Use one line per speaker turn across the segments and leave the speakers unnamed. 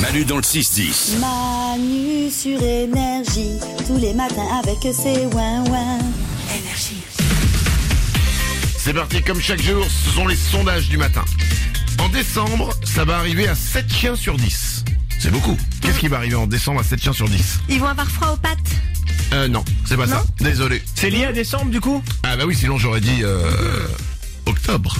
Manu dans le 6-10.
Manu sur énergie, tous les matins avec ses ouin-ouin.
C'est parti, comme chaque jour, ce sont les sondages du matin. En décembre, ça va arriver à 7 chiens sur 10. C'est beaucoup. Qu'est-ce qui va arriver en décembre à 7 chiens sur 10
Ils vont avoir froid aux pattes.
Euh, non, c'est pas ça. Désolé.
C'est lié à décembre du coup
Ah bah oui, sinon j'aurais dit euh, octobre.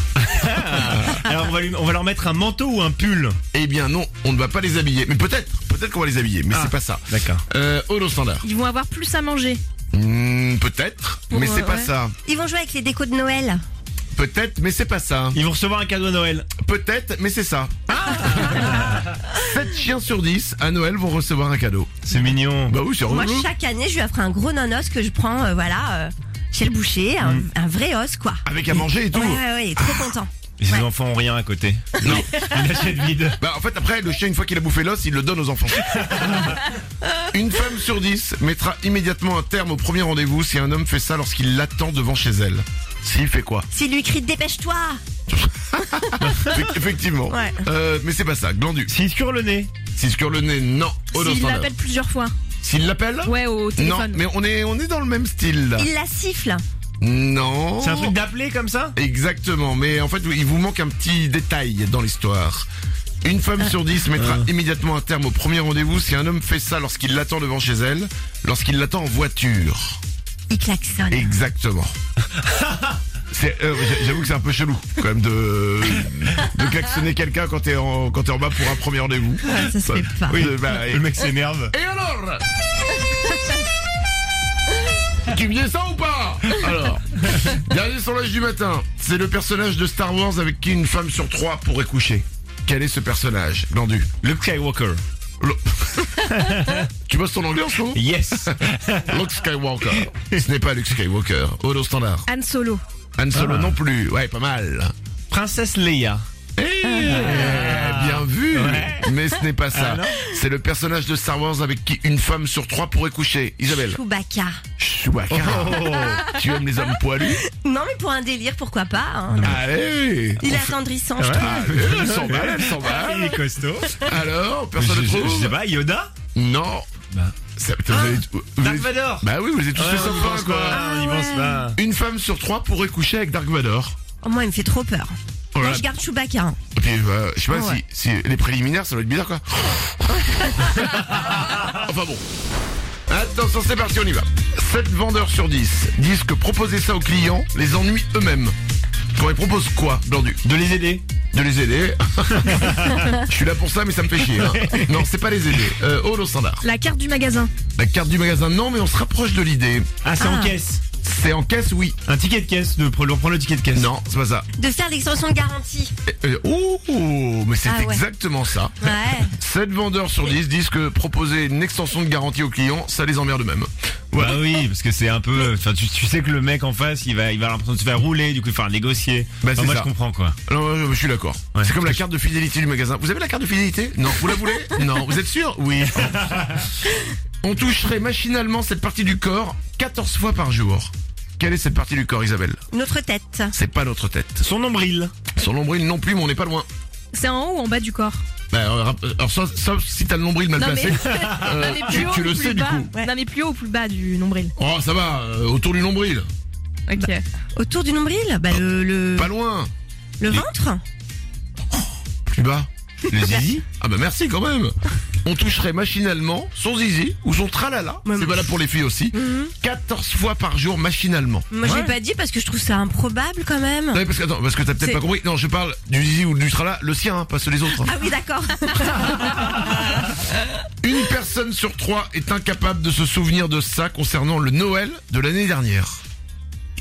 Alors on va, lui- on va leur mettre un manteau ou un pull
Eh bien non, on ne va pas les habiller. Mais peut-être, peut-être qu'on va les habiller, mais
Ah,
c'est pas ça.
d'accord.
Euh, holo standard.
Ils vont avoir plus à manger.
Hmm, peut-être, mais
euh,
c'est pas
ouais.
ça.
Ils vont jouer avec les décos de Noël.
Peut-être, mais c'est pas ça.
Ils vont recevoir un cadeau à Noël.
Peut-être, mais c'est ça. 7 chiens sur 10 à Noël vont recevoir un cadeau.
C'est mignon.
Bah oui, c'est
Moi,
Mhm.
relou.
chaque année, je lui offre un gros nanos que je prends, euh, voilà, euh, chez le boucher, un,
Mhm.
un vrai os, quoi.
Avec à manger
Oh.
et tout.
Ouais, ouais, ouais, il est trop content.
Les
Ouais.
enfants ont rien à côté.
Non.
Une assiette vide.
Bah en fait après le chien une fois qu'il a bouffé l'os il le donne aux enfants. une femme sur dix mettra immédiatement un terme au premier rendez-vous si un homme fait ça lorsqu'il l'attend devant chez elle. S'il fait quoi
S'il lui crie dépêche-toi,
Effect- Effectivement.
Ouais.
Euh, mais c'est pas ça, glandu.
S'ils curent le nez.
C'est sur le nez, non. Au dos
S'il
standard.
l'appelle plusieurs fois.
S'il l'appelle
Ouais,
Non,
au téléphone.
mais on est on est dans le même style là.
il la siffle.
Non.
C'est un truc d'appeler comme ça
Exactement, mais en fait oui, il vous manque un petit détail dans l'histoire. Une femme sur dix mettra immédiatement un terme au premier rendez-vous si un homme fait ça lorsqu'il l'attend devant chez elle, lorsqu'il l'attend en voiture.
Il klaxonne.
Exactement. C'est, euh, j'a- j'avoue que c'est un peu chelou quand même de de klaxonner quelqu'un quand t'es en quand t'es en bas pour un premier rendez-vous.
Ah, ça se fait pas.
Oui, bah, et,
Le mec s'énerve.
et alors Tu me dis ça ou pas Alors, dernier sondage du matin. C'est le personnage de Star Wars avec qui une femme sur trois pourrait coucher. Quel est ce personnage, Glandu
Luke Skywalker.
Lo- Tu bosses ton anglais en ce moment
Yes.
Luke Skywalker. Ce n'est pas Luke Skywalker. Holo standard.
Anne Solo.
Han Solo
Ah.
non plus. Ouais, pas mal.
Princesse Leia.
Eh, bien vu Mais ce n'est pas ça.
Ah, non
C'est le personnage de Star Wars avec qui une femme sur trois pourrait coucher. Isabelle.
Chewbacca.
Chewbacca.
Oh.
Tu aimes les hommes poilus
Non, mais pour un délire, pourquoi pas hein.
Ah
Allez
Il est attendrissant,
Ah
je
Ouais.
trouve.
Allez, elle Ah s'en va, elle s'en va.
Il est costaud.
Alors,
Je,
personne ne
Ah je- je sais
trouve
pas, Yoda
Non.
Bah.
Ça- putain, vous
Ah,
avez- vous
Dark
avez-
Vador
Bah oui, vous êtes tous
Ouais,
fait
on
sans
y
fin,
pense
quoi.
pas, On y pense pas.
Une femme sur trois pourrait coucher avec Dark Vador.
Oh, moi, il me fait trop peur.
Oh là
Moi,
là.
je garde Chewbacca. hein.
Et puis, euh, je sais pas
Ah ouais.
si, si les préliminaires, ça doit être bizarre, quoi. enfin bon. Attention, c'est parti, on y va. 7 vendeurs sur 10 disent que proposer ça aux clients les ennuie eux-mêmes. Quand ils proposent quoi, Blandu
De les aider.
De les aider. je suis là pour ça, mais ça me fait chier. hein. Non, c'est pas les aider. Euh, Holo standard.
La carte du magasin.
La carte du magasin, non, mais on se rapproche de l'idée.
Ah, c'est en
Ah.
caisse.
C'est en caisse, oui.
Un ticket de caisse. De pre- on prend le ticket de caisse.
Non, c'est pas ça.
De faire l'extension de garantie.
Euh, oh, mais c'est
Ah ouais.
exactement ça.
Ouais.
7 vendeurs sur 10 disent que proposer une extension de garantie aux clients, ça les emmerde eux-mêmes.
Bah oui, parce que c'est un peu. Enfin, tu, tu sais que le mec en face, il va, il va avoir l'impression de se faire rouler, du coup, il va faire négocier.
Bah,
Enfin,
c'est
moi,
ça.
je comprends quoi.
Alors, euh, je suis d'accord.
Ouais.
c'est comme la carte de fidélité du magasin. Vous avez la carte de fidélité Non. Vous la voulez Non. Vous êtes sûr Oui. On toucherait machinalement cette partie du corps 14 fois par jour. Quelle est cette partie du corps, Isabelle
Notre tête.
C'est pas notre tête.
Son nombril.
Son nombril non plus, mais on n'est pas loin.
C'est en haut ou en bas du corps
Bah, alors, rap- alors, sauf, sauf si t'as le nombril mal
Non mais,
placé. Euh,
Non, mais
tu-
plus haut
tu
ou
le
plus
sais, du
bas
coup.
Ouais.
Non mais plus haut ou plus bas du nombril.
Oh, ça va, euh, autour du nombril.
Ok.
Autour du nombril bah, Le, le,
Pas loin.
le ventre
Plus bas.
Le zizi.
Ah bah merci quand même On toucherait machinalement son zizi ou son tralala,
Ouais,
c'est
mais- Mhm.
valable pour les filles aussi, 14 fois par jour machinalement.
Moi, je l'ai pas dit parce que je trouve ça improbable quand même.
Non, mais parce que, attends, parce que t'as peut-être
C'est-
pas compris. Non, je parle du zizi ou du tralala, le sien, hein, pas ceux des autres.
Ah oui, d'accord.
Une personne sur trois est incapable de se souvenir de ça concernant le Noël de l'année dernière.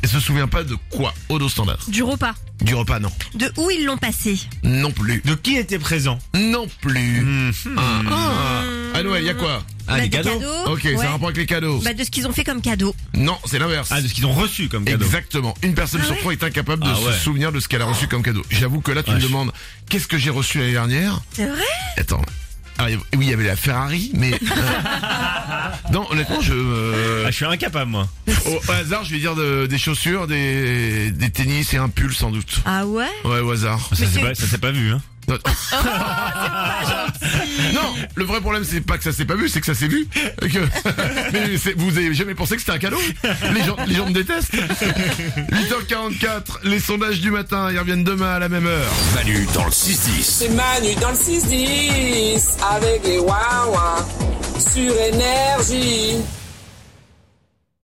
Et se souvient pas de quoi au dos standard
Du repas.
Du repas, non.
De où ils l'ont passé
Non plus.
De qui était présent
Non plus. Ah, ah. À Noël, y a quoi
Ah,
Bah,
les
des
cadeaux.
Ok,
ouais.
c'est un rapport avec les cadeaux.
Bah, de ce qu'ils ont fait comme cadeau.
Non, c'est l'inverse.
Ah, de ce qu'ils ont reçu comme cadeau.
Exactement. Une personne sur trois est incapable de
Ah ouais.
se souvenir de ce qu'elle a reçu comme cadeau. J'avoue que là, tu me
Wesh.
demandes qu'est-ce que j'ai reçu l'année dernière
C'est vrai
Attends. Ah, oui, il y avait la Ferrari, mais euh, non, honnêtement, je euh,
Ah, je suis incapable, moi.
au, au hasard, je vais dire de- des chaussures, des, des tennis et un pull sans doute.
Ah ouais
Ouais, au hasard.
Ça,
Mais
c'est
c'est-
pas, ça s'est pas vu, hein.
Non, non, non, le vrai problème c'est pas que ça s'est pas vu, c'est que ça s'est vu. Et que- Mais c'est- vous avez jamais pensé que c'était un cadeau les gens, les gens me détestent. 8h44, les sondages du matin, ils reviennent demain à la même heure.
Manu dans le 6-10.
C'est Manu dans le 6-10 avec les Wawa sur énergie.